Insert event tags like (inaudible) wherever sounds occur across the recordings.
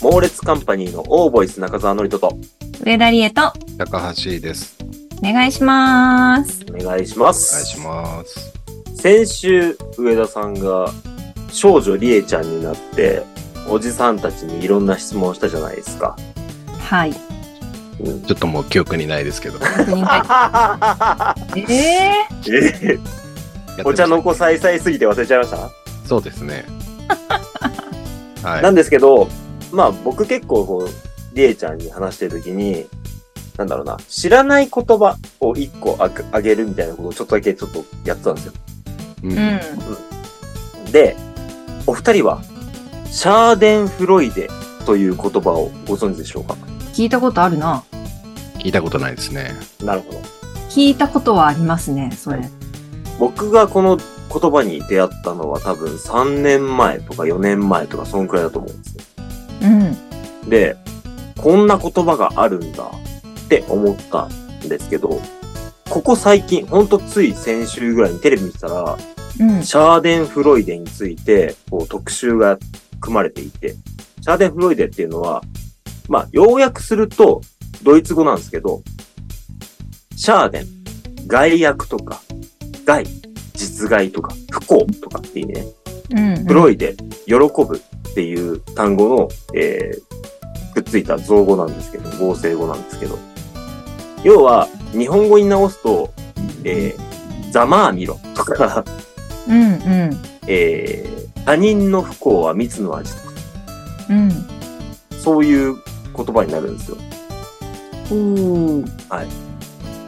猛烈カンパニーのオーボイス中澤のりとと、上田理恵と高橋です。お願いします。お願いしまおす。願いします。先週、上田さんが、少女りえちゃんになって、おじさんたちにいろんな質問をしたじゃないですか。はい。うん、ちょっともう記憶にないですけ (laughs) ど。ええ (laughs) お茶の子さいさいすぎて忘れちゃいました、そうで (laughs) すね。はい。なんですけど、まあ僕結構こう、りえちゃんに話してる時に、なんだろうな、知らない言葉を一個あくあげるみたいなことをちょっとだけちょっとやってたんですよ。うんー、うん。で、お二人は、シャーデンフロイデという言葉をご存知でしょうか聞いたことあるな。聞いたことないですね。なるほど。聞いたことはありますね、それ。僕がこの言葉に出会ったのは多分3年前とか4年前とかそんくらいだと思うんですよ。うん。で、こんな言葉があるんだって思ったんですけど、ここ最近、ほんとつい先週ぐらいにテレビ見てたら、うん。シャーデンフロイデについて、こう特集が組まれていて、シャーデンフロイデっていうのは、まあ、要約すると、ドイツ語なんですけど、シャーデン、害悪とか、害、実害とか、不幸とかっていうね、うん。フロイデ、喜ぶっていう単語の、えー、くっついた造語なんですけど、合成語なんですけど、要は、日本語に直すと、えー、ざまあみろとか、うん。うん。えー他人の不幸は蜜の味とか、うん。そういう言葉になるんですよ。おー。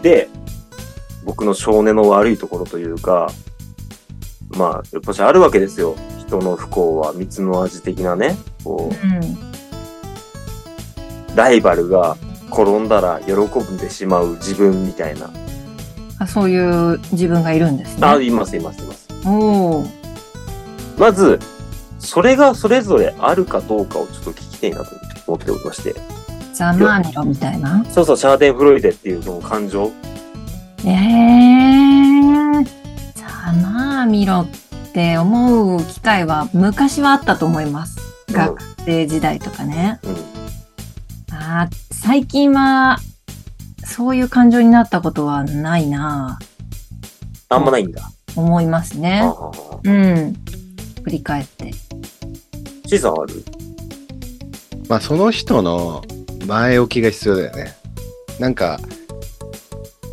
で、僕の少年の悪いところというか、まあ、やっぱしあるわけですよ。人の不幸は蜜の味的なね、こうん。う、ライバルが転んだら喜んでしまう自分みたいな。あ、そういう自分がいるんですね。あ、いますいますいます。おー。まず、それがそれぞれあるかどうかをちょっと聞きたいなと思っておりまして。ざまあみろみたいな。そうそう、シャーデンフロイデっていうこの感情。えー。ざまあみろって思う機会は昔はあったと思います。学生時代とかね。うん。あー最近は、そういう感情になったことはないなあんまないんだ。ぁ思いますあね。あああうん。振り返って。 C さんあるまあその人の前置きが必要だよね。なんか、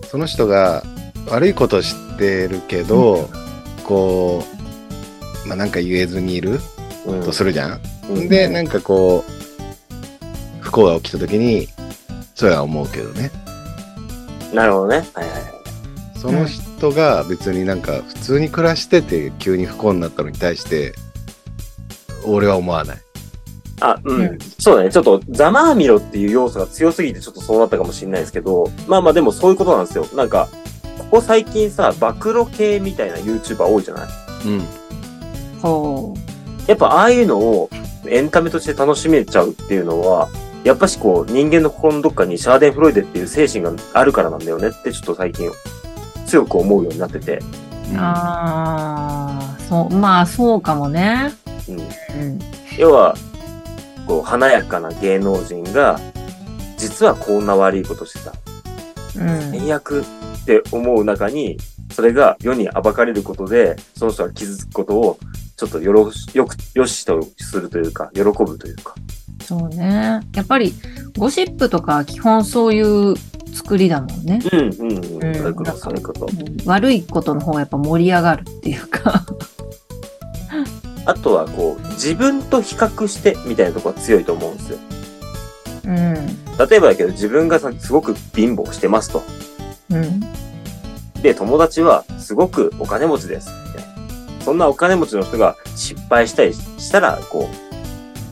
その人が悪いことを知ってるけど、こう、まあなんか言えずにいるうんとするじゃん。うんで、なんかこう、不幸が起きた時に、それは思うけどね。なるほどね。はいはいはい。その人が別になんか普通に暮らしてて急に不幸になったのに対して、俺は思わない。あ、うん。うんそうだね。ちょっと、ざまあみろっていう要素が強すぎてちょっとそうなったかもしれないですけど、まあまあでもそういうことなんですよ。なんか、ここ最近さ、暴露系みたいな YouTuber 多いじゃないうん。ほやっぱああいうのをエンタメとして楽しめちゃうっていうのは、やっぱしこう、人間の心のどっかにシャーデンフロイデっていう精神があるからなんだよねってちょっと最近強く思うようになってて。う。ああ、そう、まあそうかもね。うん。うん。要は、こう、華やかな芸能人が、実はこんな悪いことしてた。うん。最悪って思う中に、それが世に暴かれることで、その人が傷つくことを、ちょっとよろし、よく、よしとするというか、喜ぶというか。そうね。やっぱり、ゴシップとか基本そういう作りだもんね。うん、うん、うん。そううんいうこと、そういうこと。うん悪いことの方がやっぱ盛り上がるっていうか。あとは、こう、自分と比較して、みたいなところが強いと思うんですよ。うん。例えばだけど、自分がさ、すごく貧乏してますと。うん。で、友達はすごくお金持ちです。みたいなそんなお金持ちの人が失敗したりしたら、こ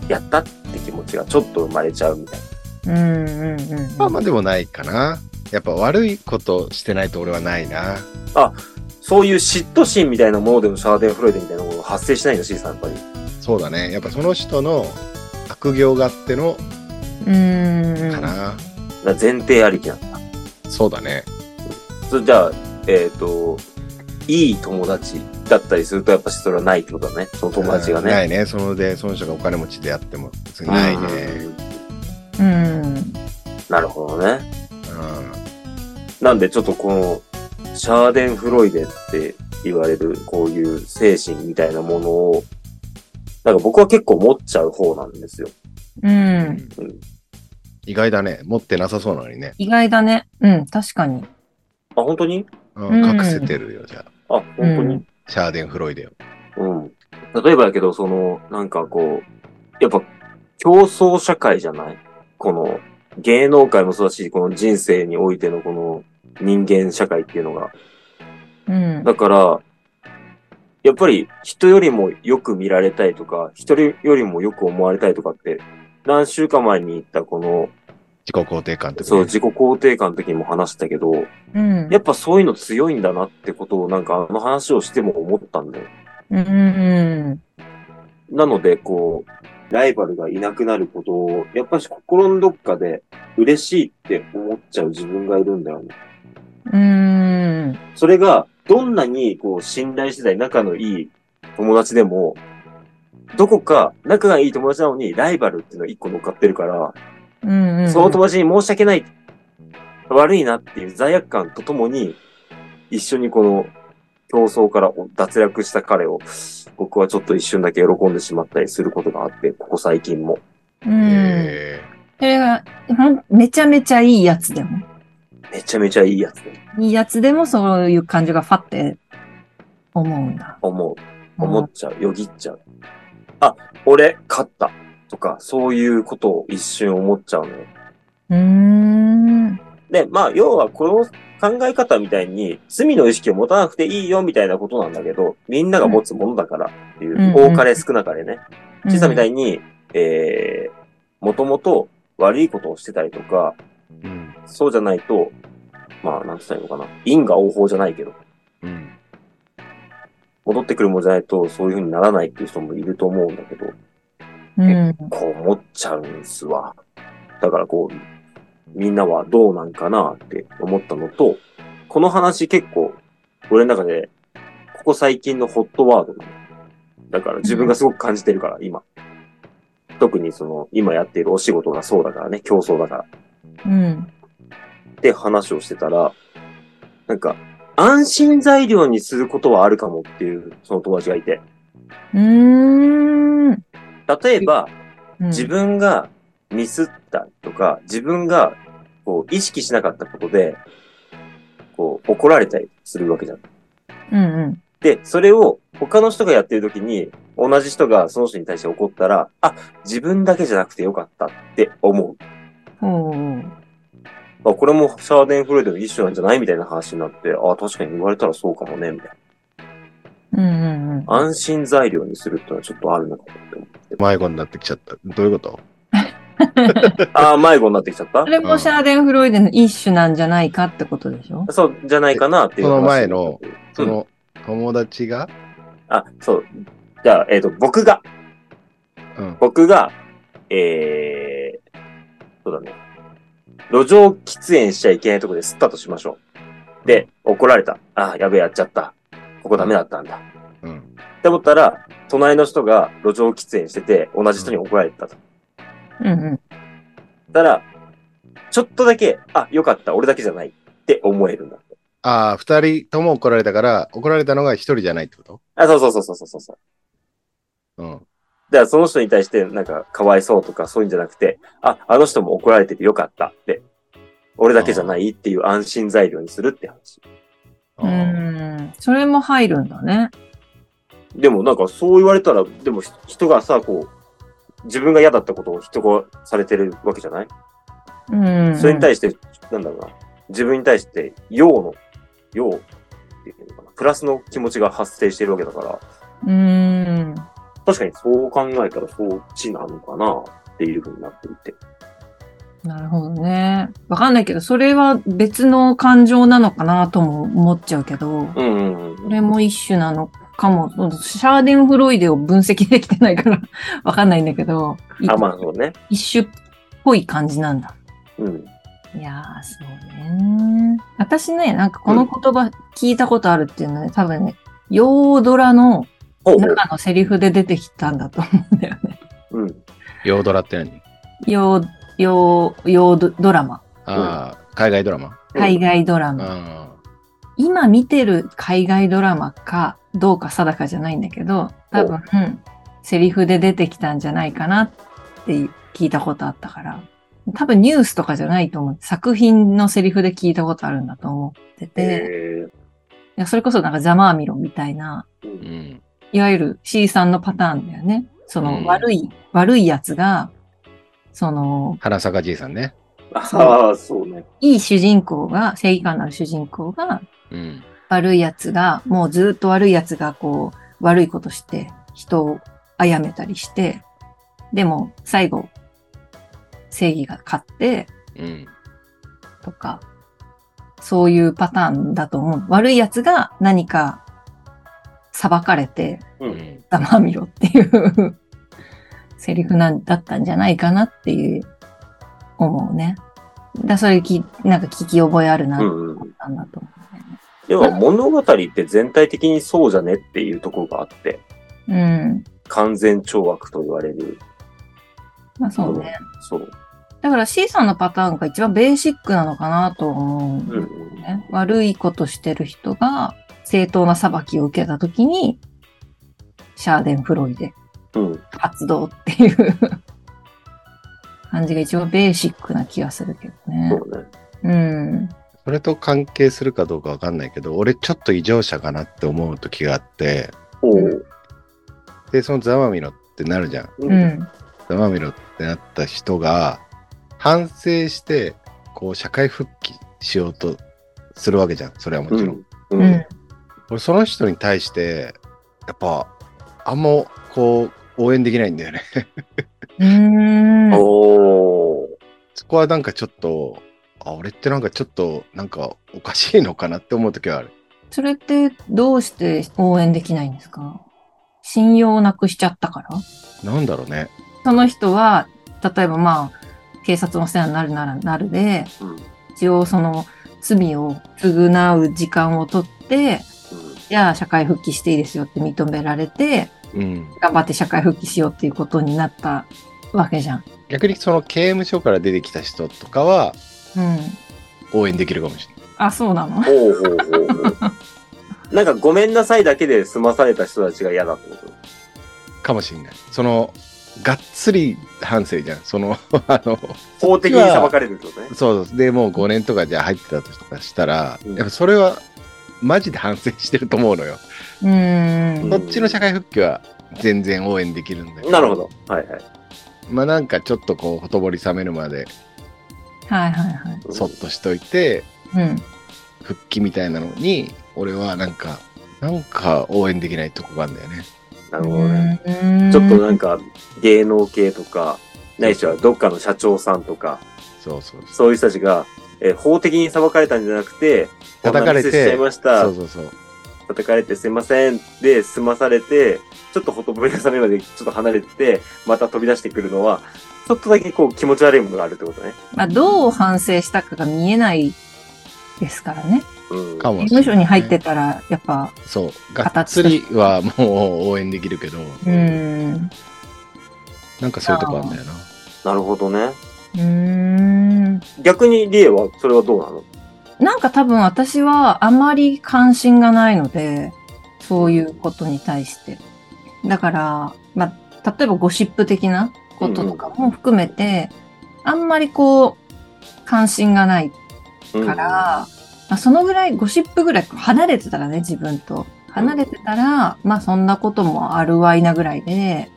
う、やったって気持ちがちょっと生まれちゃうみたいな。うんうんうん。まあまあでもないかな。やっぱ悪いことしてないと俺はないな。そういう嫉妬心みたいなものでもシャーデンフロイデみたいなものが発生しないんだ、C さん、やっぱり。そうだね。やっぱその人の悪行があってのうんうん。かな。だから前提ありきなんだ。そうだね。それじゃあ、えっ、と、いい友達だったりすると、やっぱしそれはないってことだね。その友達がうんなね。いね。そので、その人がお金持ちであっても、別にないね。うん。うん。なるほどね。うんなんでちょっとこの、シャーデンフロイデって言われる、こういう精神みたいなものを、なんか僕は結構持っちゃう方なんですよ。うん。意外だね。持ってなさそうなのにね。意外だね。うん、確かに。あ、本当にうんうん隠せてるよ、じゃあ。あ、本当に、シャーデン・フロイデを。うん。例えばやけど、その、なんかこう、やっぱ競争社会じゃないこの芸能界もそうだし、この人生においてのこの人間社会っていうのが。うん。だから、やっぱり人よりもよく見られたいとか、人よりもよく思われたいとかって、何週間前に言ったこの、自己肯定感ってそう、自己肯定感の時にも話したけど、うん。やっぱそういうの強いんだなってことをなんかあの話をしても思ったんだよ。うんうんなので、こう、ライバルがいなくなることを、やっぱし心のどっかで嬉しいって思っちゃう自分がいるんだよね。うん。うん。それが、どんなに、こう、信頼してたり仲のいい友達でも、どこか仲がいい友達なのに、ライバルっていうのが一個乗っかってるから、うんうん。その友達に申し訳ない、悪いなっていう罪悪感とともに、一緒にこの競争から脱落した彼を、僕はちょっと一瞬だけ喜んでしまったりすることがあって、ここ最近も。うん。えそれが、ほん、めちゃめちゃいいやつでも。めちゃめちゃいいやつだいいやつでもそういう感情がファって思うんだ。思う。思っちゃう。よぎっちゃう。あ、俺、勝った。とか、そういうことを一瞬思っちゃうのよ。うん。うん。で、まあ、要はこの考え方みたいに、罪の意識を持たなくていいよみたいなことなんだけど、みんなが持つものだからっていう、うん多かれ少なかれね。小さみたいに、えー、もともと悪いことをしてたりとか、ーうん。そうじゃないと、まあ、なんつったらいいのかな。因果応報じゃないけど、うん。戻ってくるものじゃないと、そういう風にならないっていう人もいると思うんだけど、うん。こう思っちゃうんすわ。だからこう、みんなはどうなんかなって思ったのと、この話結構、俺の中で、ここ最近のホットワードなのだから自分がすごく感じてるから、今。特にその、今やっているお仕事がそうだからね、競争だから。うん。って話をしてたら、なんか、安心材料にすることはあるかもっていう、その友達がいて。うん。例えば、うん自。分がミスったとか、自分がこう意識しなかったことで、こう怒られたりするわけじゃん。うんうん。で、それを他の人がやってる時に、同じ人がその人に対して怒ったら、あ、自分だけじゃなくてよかったって思う。ほう。あこれもシャーデンフロイドの一種なんじゃないみたいな話になって、あ、確かに言われたらそうかもね、みたいうんうんうん。な。安心材料にするってのはちょっとあるのかもって思って。迷子になってきちゃった。どういうことあー、迷子になってきちゃっそれもシャーデンフロイデの一種なんじゃないかってことでしょたそう、じゃないかなっていう話その前のその、友達が、あ、そう。じゃあ、えっ、と、僕が、うん。僕が、えー、そうだね。路上喫煙しちゃいけないとこで吸ったとしましょう。で、怒られた。あ、やべえ、やっちゃった。ここダメだったんだ。うん。って思ったら、隣の人が路上喫煙してて、同じ人に怒られてたと。うんうん。たら、ちょっとだけ、あ、よかった、俺だけじゃないって思えるんだって。ああ、二人とも怒られたから、怒られたのが一人じゃないってことあ、そうそうそうそうそうそう。うん。だからその人に対してなんかかわいそうとかそういうんじゃなくて、あ、あの人も怒られててよかったって、俺だけじゃないっていう安心材料にするって話。うあん。それも入るんだね。でもなんかそう言われたら、でもひ人がさ、こう、自分が嫌だったことを人がされてるわけじゃない、うん。それに対して、なんだろうな、自分に対して、用の、用っていうのかな、プラスの気持ちが発生してるわけだから、うん。確かにそう考えたらそうちなのかなっていうふうになっていて。なるほどね。わかんないけど、それは別の感情なのかなとも思っちゃうけど、うんうんそうれも一種なのかも。シャーデンフロイデを分析できてないから (laughs) わかんないんだけど、いん。あ、まあそうね。一種っぽい感じなんだ。うん。いやー、そうね。私ね、なんかこの言葉聞いたことあるっていうのね、多分ね、洋ドラのほうほう。中のセリフで出てきたんだと思うんだよね。うん。洋ドラって何洋、洋、洋ドドラマ。ああ、海外ドラマ。海外ドラマ。あ今見てる海外ドラマかどうか定かじゃないんだけど、多分、セリフで出てきたんじゃないかなって聞いたことあったから、多分ニュースとかじゃないと思う。作品のセリフで聞いたことあるんだと思ってえて、いやそれこそなんかざまあみろみたいな、ーうん。いわゆる C さんのパターンだよね。そうんの悪い、悪いやつが、その、原坂じいさんね。ああ、そうね。いい主人公が、正義感のある主人公が、うん。悪いやつが、もうずっと悪いやつがこう、悪いことして、人を殺めたりして、でも最後、正義が勝って、うん。とか、そういうパターンだと思う。悪いやつが何か裁かれて、う。うんん。黙みろっていう (laughs) セリフなんだったんじゃないかなっていう、思うね。だ、それき、なんか聞き覚えあるな、うとん、うん思。ったんだと思うんだよね。でも物語って全体的にそうじゃねっていうところがあって、うん。完全懲悪と言われる。まあそうね。そう。だから C さんのパターンが一番ベーシックなのかなとうん思う、うん。ね悪いことしてる人が正当な裁きを受けたときに、シャーデン・フロイデうん。発動っていう (laughs) 感じが一番ベーシックな気がするけどねそ。うね。うん。それと関係するかどうかわかんないけど、俺ちょっと異常者かなって思う時があって、おう。で、そのざまみろってなるじゃん。うう。ん。ざまみろってなった人が、反省して、こう、社会復帰しようとするわけじゃん。それはもうちろん。ん。ううんん。俺、その人に対して、やっぱ、あんま、こう、応援できないんだよね。 (laughs) うん。おー。そこはなんかちょっと、あ、俺ってなんかちょっと、なんかおかしいのかなって思う時はある。それってどうして応援できないんですか信用をなくしちゃったからなんだろうね。その人は、例えばまあ、警察のお世話になるならなるで、うん。うん。一応その罪を償う時間を取って、じゃあ社会復帰していいですよって認められて、うん。頑張って社会復帰しようっていうことになったわけじゃん。逆にその刑務所から出てきた人とかはうん。応援できるかもしれない。あ、そうなのほうほうほうほう。なんかごめんなさいだけで済まされた人たちが嫌だってことかもしれない。その、がっつり反省じゃん。その、 (laughs) あの、法的に裁かれるってことね。そうそう。で、もう5年とかじゃあ入ってたとかしたら、うんやっぱそれは、マジで反省してると思うのよ。うーん。こっちの社会復帰は全然応援できるんだけど。なるほ。ど。はいはい。まあなんかちょっとこう、ほとぼり冷めるまで、はいはいはい。そっとしといて、うん。復帰みたいなのに俺はなんかなんか応援できないとこがあるんだよねなるほどね。うーんちょっとなんか芸能系とか、ないしはどっかの社長さんとか、そうそうそうそういう人たちが、えー法的に裁かれたんじゃなくて、叩かれこんなミスしてちゃいました。そうそうそう叩かれてすいませんで済まされて、ちょっとほとぼりが冷めるまでちょっと離れてて、また飛び出してくるのは、ちょっとだけこう気持ち悪いものがあるってことね。まあ、どう反省したかが見えないですからね。うん。か事もしれない務所に入ってたら、やっぱ、そうがっつりはもう応援できるけどうーん。なんかそういうとこあるんだよななるほどね。うーん。逆にリエはそれはどうなのなんか多分私はあまり関心がないので、そういうことに対して。だから、まあ、例えばゴシップ的なこととかも含めて、あんまりこう、関心がないかうんら、まあ、そのぐらい、ゴシップぐらい離れてたらね、自分と。離れてたら、まあそんなこともあるわいなぐらいで、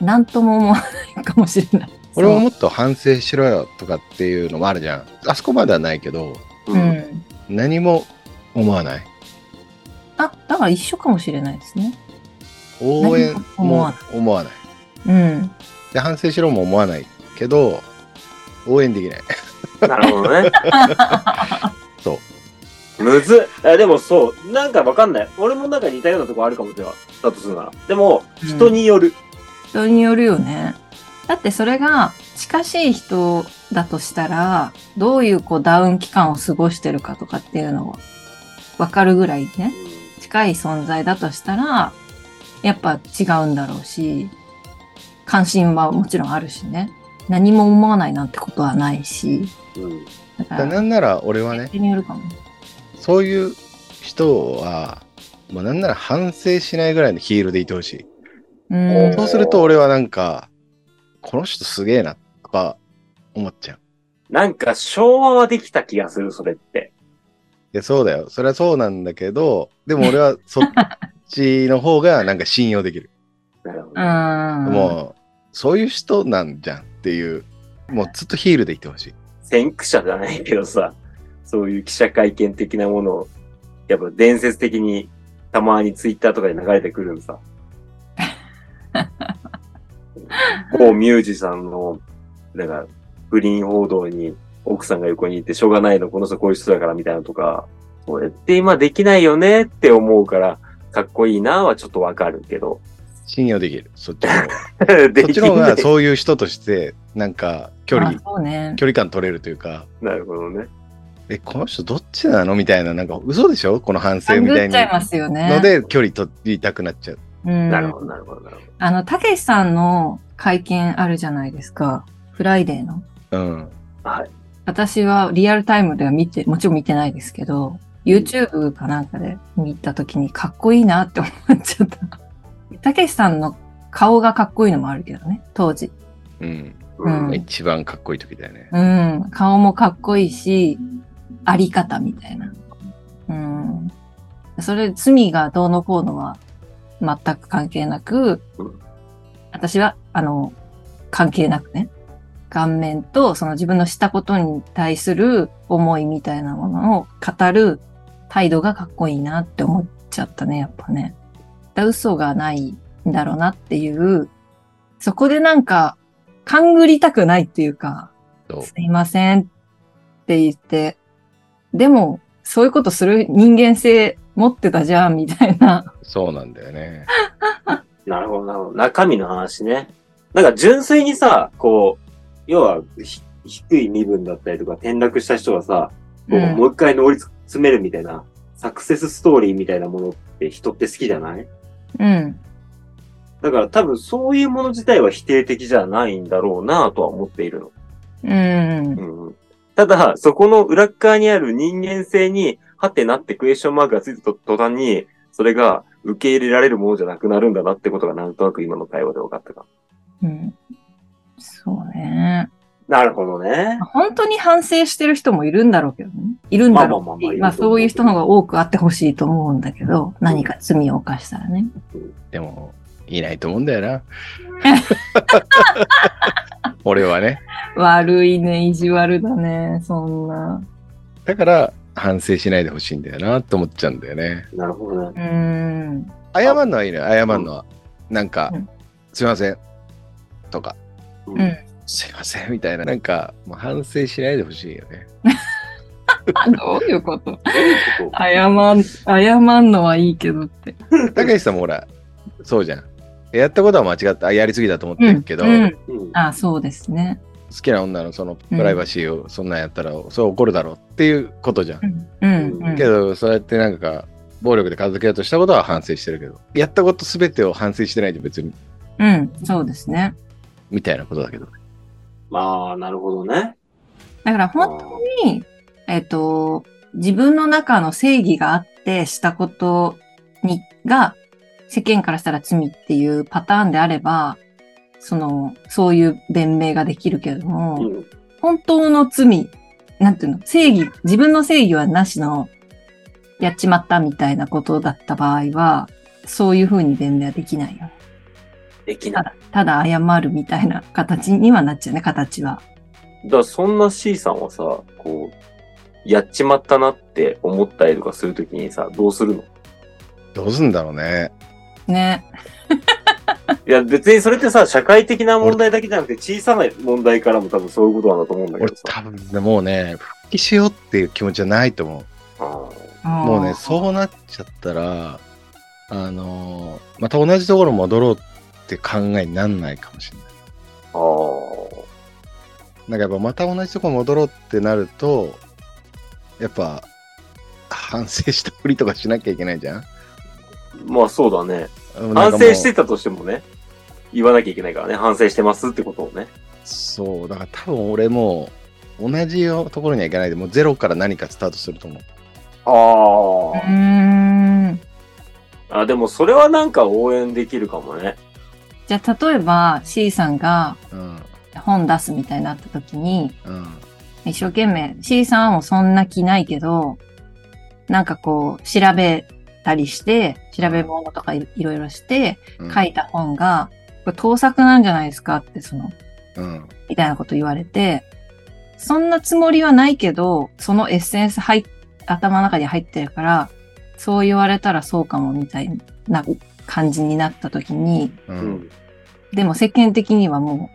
なんとも思わないかもしれない。俺ももっと反省しろよとかっていうのもあるじゃんあそこまではないけどううんん。何も思わないあ、だから一緒かもしれないですね。応援何も思もわな思わないうん。で反省しろも思わないけど応援できないなるほどね。そうむずっあでもそう、なんかわかんない。俺もなんか似たようなとこあるかもしれない。だとするなら。でも、うん人による。人によるよね。だってそれが近しい人だとしたら、どういうこうダウン期間を過ごしてるかとかっていうのを分かるぐらいね、近い存在だとしたら、やっぱ違うんだろうし、関心はもちろんあるしね。何も思わないなんてことはないし。うん。だかだからら、なんなら俺はね相手によるかも。そういう人はもうなんなら反省しないぐらいのヒールでいてほしいうん。そうすると俺はなんかこの人すげえなとか思っちゃうなんか昭和はできた気がする、それって。いやそうだよそれはそうなんだけどでも俺はそっちの方がなんか信用できるなるほど。 (laughs) うん。もうそういう人なんじゃんっていうもうずっとヒールでいてほしい先駆者じゃないけどさ、そういう記者会見的なものを、やっぱ伝説的にたまにツイッターとかで流れてくるの (laughs) さ。もうミュージさんの、なんか、不倫報道に奥さんが横にいて、しょうがないの、この人こういう人だからみたいなのとか、それって今できないよねって思うから、かっこいいなはちょっとわかるけ (laughs) ど。信用できるそっちの方 (laughs) がでそっちの方がそういう人としてなんか距離あそうね。距離感取れるというかなるほどね。えこの人どっちなのみたいななんか嘘でしょこの反省みた勘ぐいっちゃいなますよね。ので距離取りたくなっちゃううん、なるほど、なるほど、なるほど。あの、たけしさんの会見あるじゃないですか。フライデーの。うんはい。私はリアルタイムでは見て、もちろん見てないですけど、YouTube かなんかで見た時にかっこいいなって思っちゃった。たけしさんの顔がかっこいいのもあるけどね、当時。うんうん一番かっこいい時だよね。うん、顔もかっこいいし、あり方みたいな。うん。それ、罪がどうのこうのは全く関係なくうん、私は、あの、関係なくね、顔面とその自分のしたことに対する思いみたいなものを語る態度がかっこいいなって思っちゃったね、やっぱね。だ嘘がないんだろうなっていう、そこでなんか、勘ぐりたくないっていうか、そうすいませんって言って、でも、そういうことする人間性持ってたじゃん、みたいな。そうなんだよね。なるほど、なるほど。中身の話ね。なんか純粋にさ、こう、要はひ低い身分だったりとか転落した人がさ、こううんもう一回乗り詰めるみたいな、サクセスストーリーみたいなものって人って好きじゃないうん。だから多分そういうもの自体は否定的じゃないんだろうなとは思っているの。うん。うん、ただ、そこの裏っ側にある人間性に、はてなってクエスチョンマークがついた途端に、それが受け入れられるものじゃなくなるんだなってことがなんとなく今の会話で分かったか。うん。そうね。なるほどね。本当に反省してる人もいるんだろうけどね。いるんだろまあまあまあうまあいし。るまあそういう人の方が多くあってほしいと思うんだけど、何か罪を犯したらね。でも、いないと思うんだよ (laughs) な。俺はね。悪いね、意地悪だね、そんな。だから、反省しないでほしいんだよなと思っちゃうんだよね。なるほどね。うん。謝るのはいいのよ、謝るのは。なんか、うんすいません。とか、うんうんすいません。みたいな。なんか、もう反省しないでほしいよね。あどういうことどういうこと謝ん、謝んのはいいけどって。たけしさんもほら、そうじゃん。やったことは間違った。あやりすぎだと思ってるけど、うん。う (laughs) んあそうですね。好きな女のそのプライバシーをそんなんやったら、それ怒るだろうっていうことじゃん。うん。うん。うんけど、そうやってなんか、暴力で片付けようとしたことは反省してるけど、やったこと全てを反省してないと別に、うん、そうですね。みたいなことだけど。まあ、なるほどね。だから本当に、えっ、と、自分の中の正義があってしたことに、が、世間からしたら罪っていうパターンであれば、その、そういう弁明ができるけれども、うん本当の罪、なんていうの、正義、自分の正義はなしの、やっちまったみたいなことだった場合は、そういうふうに弁明はできないよ。できなたい。だ、ただ謝るみたいな形にはなっちゃうね、形は。だからそんな C さんはさ、こう、やっちまったなって思ったりとかするときにさ、どうするのどうすんだろうね。ね。いや、別にそれってさ、社会的な問題だけじゃなくて、小さな問題からも多分そういうことなんだと思うんだけ俺どさ。多分ね、もうね、復帰しようっていう気持ちはないと思あう。もうね、そうなっちゃったら、あのーまた同じところ戻ろうって考えになんないかもしれない。あー。なんかやっぱまた同じとこ戻ろうってなると、やっぱ、反省したふりとかしなきゃいけないじゃんまあそうだね。な反んかもう省してたとしてもね、言わなきゃいけないからね、反省してますってことをね。そうだから多分俺もう同じところには行かないでもうゼロから何かスタートすると思ううあーん。あ。あ、でもそれはなんか応援できるかもね。じゃあ、例えば C さんがうん本出すみたいになった時に、うん一生懸命、C さんはもうそんな気ないけど、なんかこう、調べたりして、調べ物とかいいろいろして、うん書いた本が、これ盗作なんじゃないですかって、その、うんみたいなこと言われて、そんなつもりはないけど、そのエッセンス入っ、頭の中に入ってるから、そう言われたらそうかもみたいな感じになった時に、ううんん。でも世間的にはも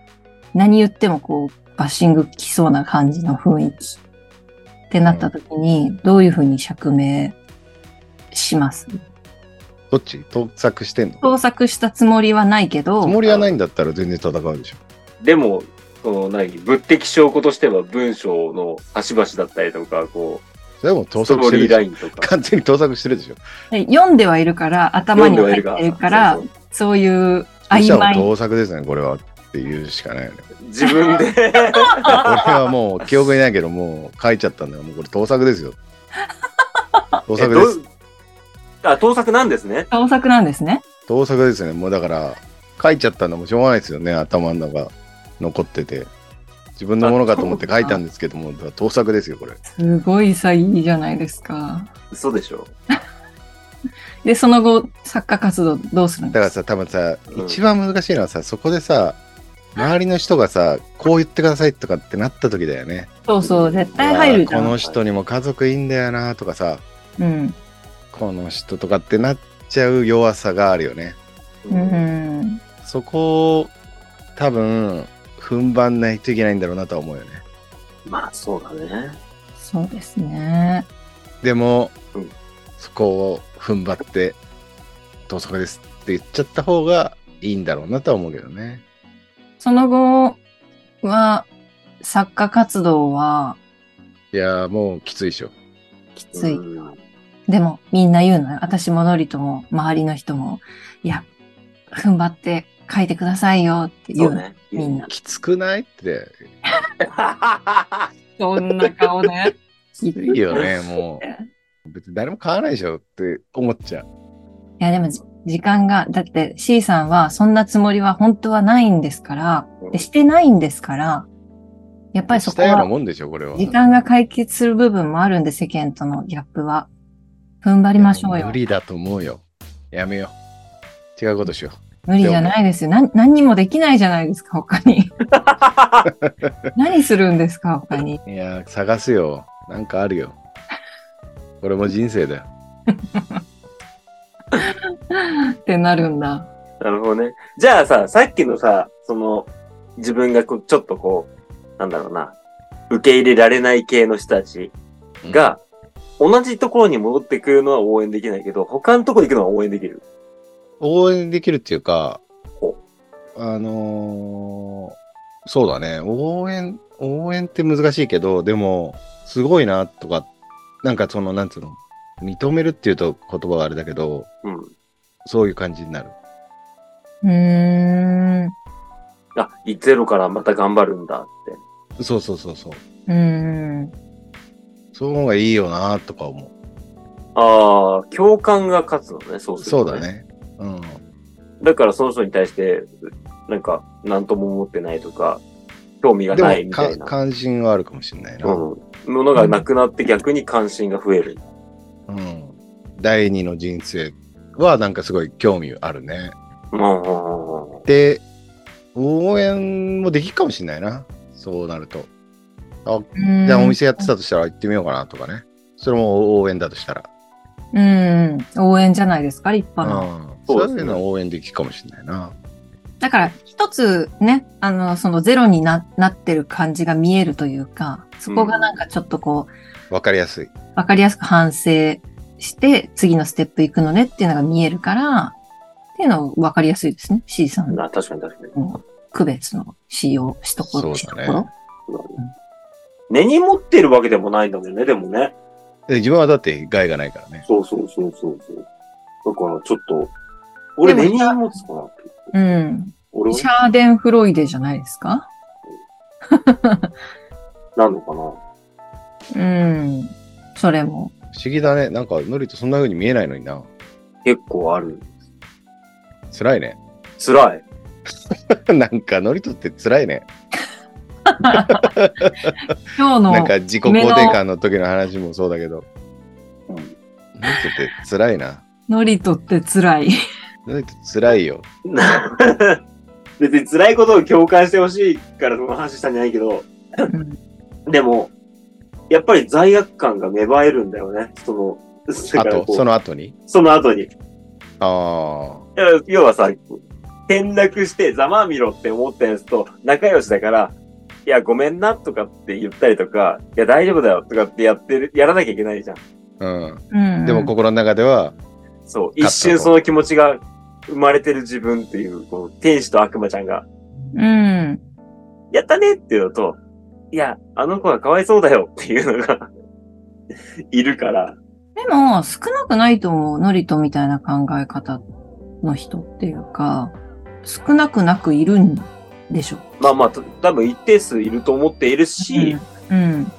う何言ってもこうバッシングきそうな感じの雰囲気ってなった時に、どういうふうに釈明しますどっち到着してんの盗作したつもりはないけど、つもりはないんだったら全然戦うでしょでも、その何、物的証拠としては文章の端々だったりとか、こそれはもうう、盗スト作しーてリるーラでしょインとか。 (laughs) 完全に盗作してるでしょで読んではいるから、頭には入ってるから、そうそういうそした曖ら昧もう盗作ですねこれはっていうしかないよ (laughs) ねそう自分で俺はもう記憶にないけどもう書いちゃったんだからもうこれ盗作で (laughs) すよ盗え作でどすうあ、盗作なんですね。盗作なんですね。盗作ですねもうだから書いちゃったのもしょうがないですよね頭の中残ってて自分のものかと思って書いたんですけどもだから盗作ですよこれすごいさ、いいじゃないですか。嘘でしょ。で、その後、作家活動どうするんだかでらすかさ多分さ、うん一番難しいのはさそこでさ周りの人がさこう言ってくださいとかってなった時だよねそうそう、絶対入るじゃこん。の人にも家族いいんだよなとかさうん。この人とかってなっちゃう弱さがあるよねう。ん。そこを多分踏ん張んないといけないんだろうなとは思うよねまあそうだね。そうですね。でも、うんそこを踏ん張って盗作ですって言っちゃった方がいいんだろうなとは思うけどねその後は、作家活動はいやーもうきついでしょきつい。うんでも、みんな言うのよ。私もノリとも、周りの人も、いや、踏ん張って書いてくださいよって言そううのね。(laughs) みんな。きつくないってそんな顔 (laughs) ね。きついいいよ (laughs) ね、もう。別に誰も買わないでしょって思っちゃう。いや、でもじ、時間が、だって C さんは、そんなつもりは本当はないんですから、でしてないんですから、やっぱりそしこたようなは、もんでしょ、これは。時間が解決する部分もあるんで、世間とのギャップは。踏ん張りましょうよ。無無理理だと思うよ。やめよう。違うことしよじゃないですよ。なん何にもできないじゃないですか、他 (laughs) に。何するんですか、他に。う。いやー、探すよ。なんかあるよ。これも人生だよ。ってなるんだ。なるほどね。じゃあさ、さっきのさ、その、自分がこうちょっとこう、なんだろうな、受け入れられない系の人たちが、同じところに戻ってくるのは応援できないけど、他のところに行くのは応援できる。応援できるっていうかお、あのーそうだね、応援、応援って難しいけど、でも、すごいなとか、なんかその、なんつうの、認めるっていうと言葉があれだけど、うん。そういう感じになる。うーん。うあ、いゼロからまた頑張るんだって。そうそうそうそう。ーん。その方がいいよなとか思ああ、共感が勝つのね、そうう。するそとうだ。ね。うん。だからその人に対して、なんか、なんとも思ってないとか、興味がでないもみたかい、な。関心があるかもしれないな。うん。うん、ものがなくなって逆に関心が増える。第二の人生は、なんかすごい興味あるね。うんうんうんうんで、応援もできるかもしれないな。そうなると。あ、じゃあお店やってたとしたら行ってみようかなとかね。それも応援だとしたら。うん。応援じゃないですか、立う派な。ん。そうでそすねういうのは応援できるかもしれないな。だから、一つね、あの、そのゼロにななってる感じが見えるというか、そこがなんかちょっとこう、わかりやすい。わかりやすく反省して、次のステップ行くのねっていうのが見えるから、っていうのはわかりやすいですね。C さんのな確かに確かに。区別の使用しところ。そうだねしところ根に持ってるわけでもないんだもんね、でもね。で自分はだって害がないからね。そうそうそうそうそう。だからちょっと、俺、でも根に持つかなって。うん。俺はシャーデンフロイデじゃないですかなのかなうん。それも。不思議だね。なんか、ノリとそんな風に見えないのにな。結構ある。辛いね。 (laughs) 辛い。 (laughs) なんか、ノリとって辛いね。今日なんのか、自己肯定感の時の話もそうだけど。うんノリとって辛いな。ノリとって辛 (laughs) い。ノリと辛いよ。別に辛いことを共感してほしいからその話したんじゃないけど、うんでも、やっぱり罪悪感が芽生えるんだよね。その、だあ、からことうその後に。その後に。あいや要はさ、転落してざまあみろって思ったやつと仲良しだから、いや、ごめんなとかって言ったりとか、いや、大丈夫だよとかってやってる、やらなきゃいけないじゃん。あ。うん。うん。でも、心の中では、そう。勝一った瞬とその気持ちが生まれてる自分っていう、こう、天使と悪魔ちゃんが、うん。やったねっていうのと、いや、あの子がかわいそうだよっていうのが、 (laughs) いるから、でも、少なくないと思う。ノリとみたいな考え方の人っていうか、少なくなくいるんでしょ。まあまあ、と多分一定数いると思っているし、うん。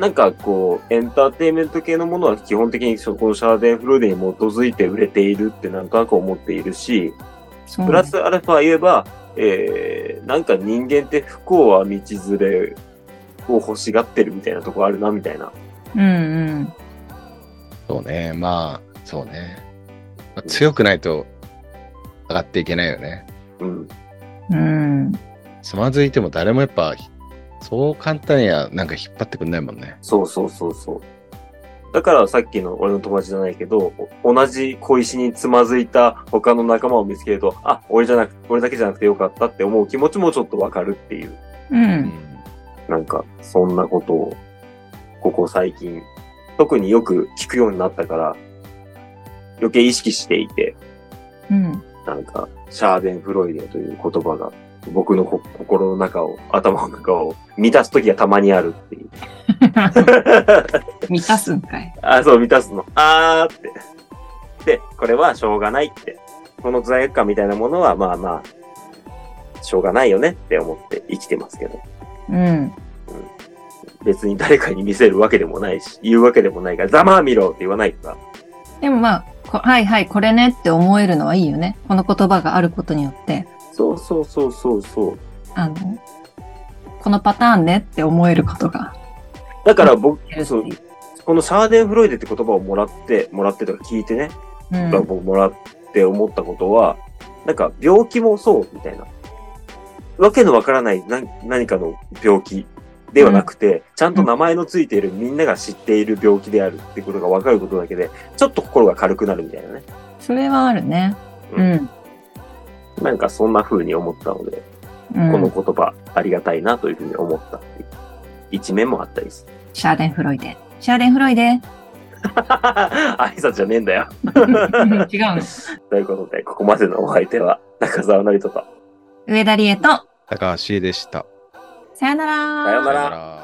なんかこう、エンターテインメント系のものは基本的にそこのシャーデンフロイデに基づいて売れているってなんとなく思っているし、そうねプラスアルファ言えば、えー、なんか人間って不幸は道連れを欲しがってるみたいなとこあるな、みたいな。うんうん。そうね。まあ、そうね。まあ強くないと、上がっていけないよね。うん。うん。つまずいても誰もやっぱ、そう簡単にはなんか引っ張ってくんないもんね。そうそうそうそう。だからさっきの俺の友達じゃないけど、お同じ小石につまずいた他の仲間を見つけると、あ、俺じゃなく、俺だけじゃなくてよかったって思う気持ちもちょっとわかるっていう、う。うんなんか、そんなことを、ここ最近、特によく聞くようになったから、余計意識していて、うん。なんか、シャーデンフロイデという言葉が、僕のこ心の中を、頭の中を満たすときがたまにあるっていう。満たすんかい。あ、そう、満たすの。あーって。で、これはしょうがないって。この罪悪感みたいなものは、まあまあ、しょうがないよねって思って生きてますけど。うん。別に誰かに見せるわけでもないし、言うわけでもないから、ざまあ見ろって言わないから。でもまあ、こはいはい、これねって思えるのはいいよね。この言葉があることによって、そうそうそうそうそう。あの、このパターンねって思えることがだから僕いる、ってそういう。このシャーデン・フロイデって言葉をもらって、もらってとか聞いてね、うん僕もらって思ったことは、なんか病気もそうみたいな。わけのわからない何何かの病気ではなくて、ちゃんと名前のついているみんなが知っている病気であるってことがわかることだけで、ちょっと心が軽くなるみたいなね。それはあるね。ううんん。なんかそんな風に思ったので、うんこの言葉ありがたいなというふうに思ったっていう一面もあったりする。シャーデンフロイデ。シャーデンフロイ (laughs) デ。挨拶じゃねえんだよ。違うの。ということで、ここまでのお相手は中澤のりとと。上田理恵と、高橋でした。さよなら。さよならら。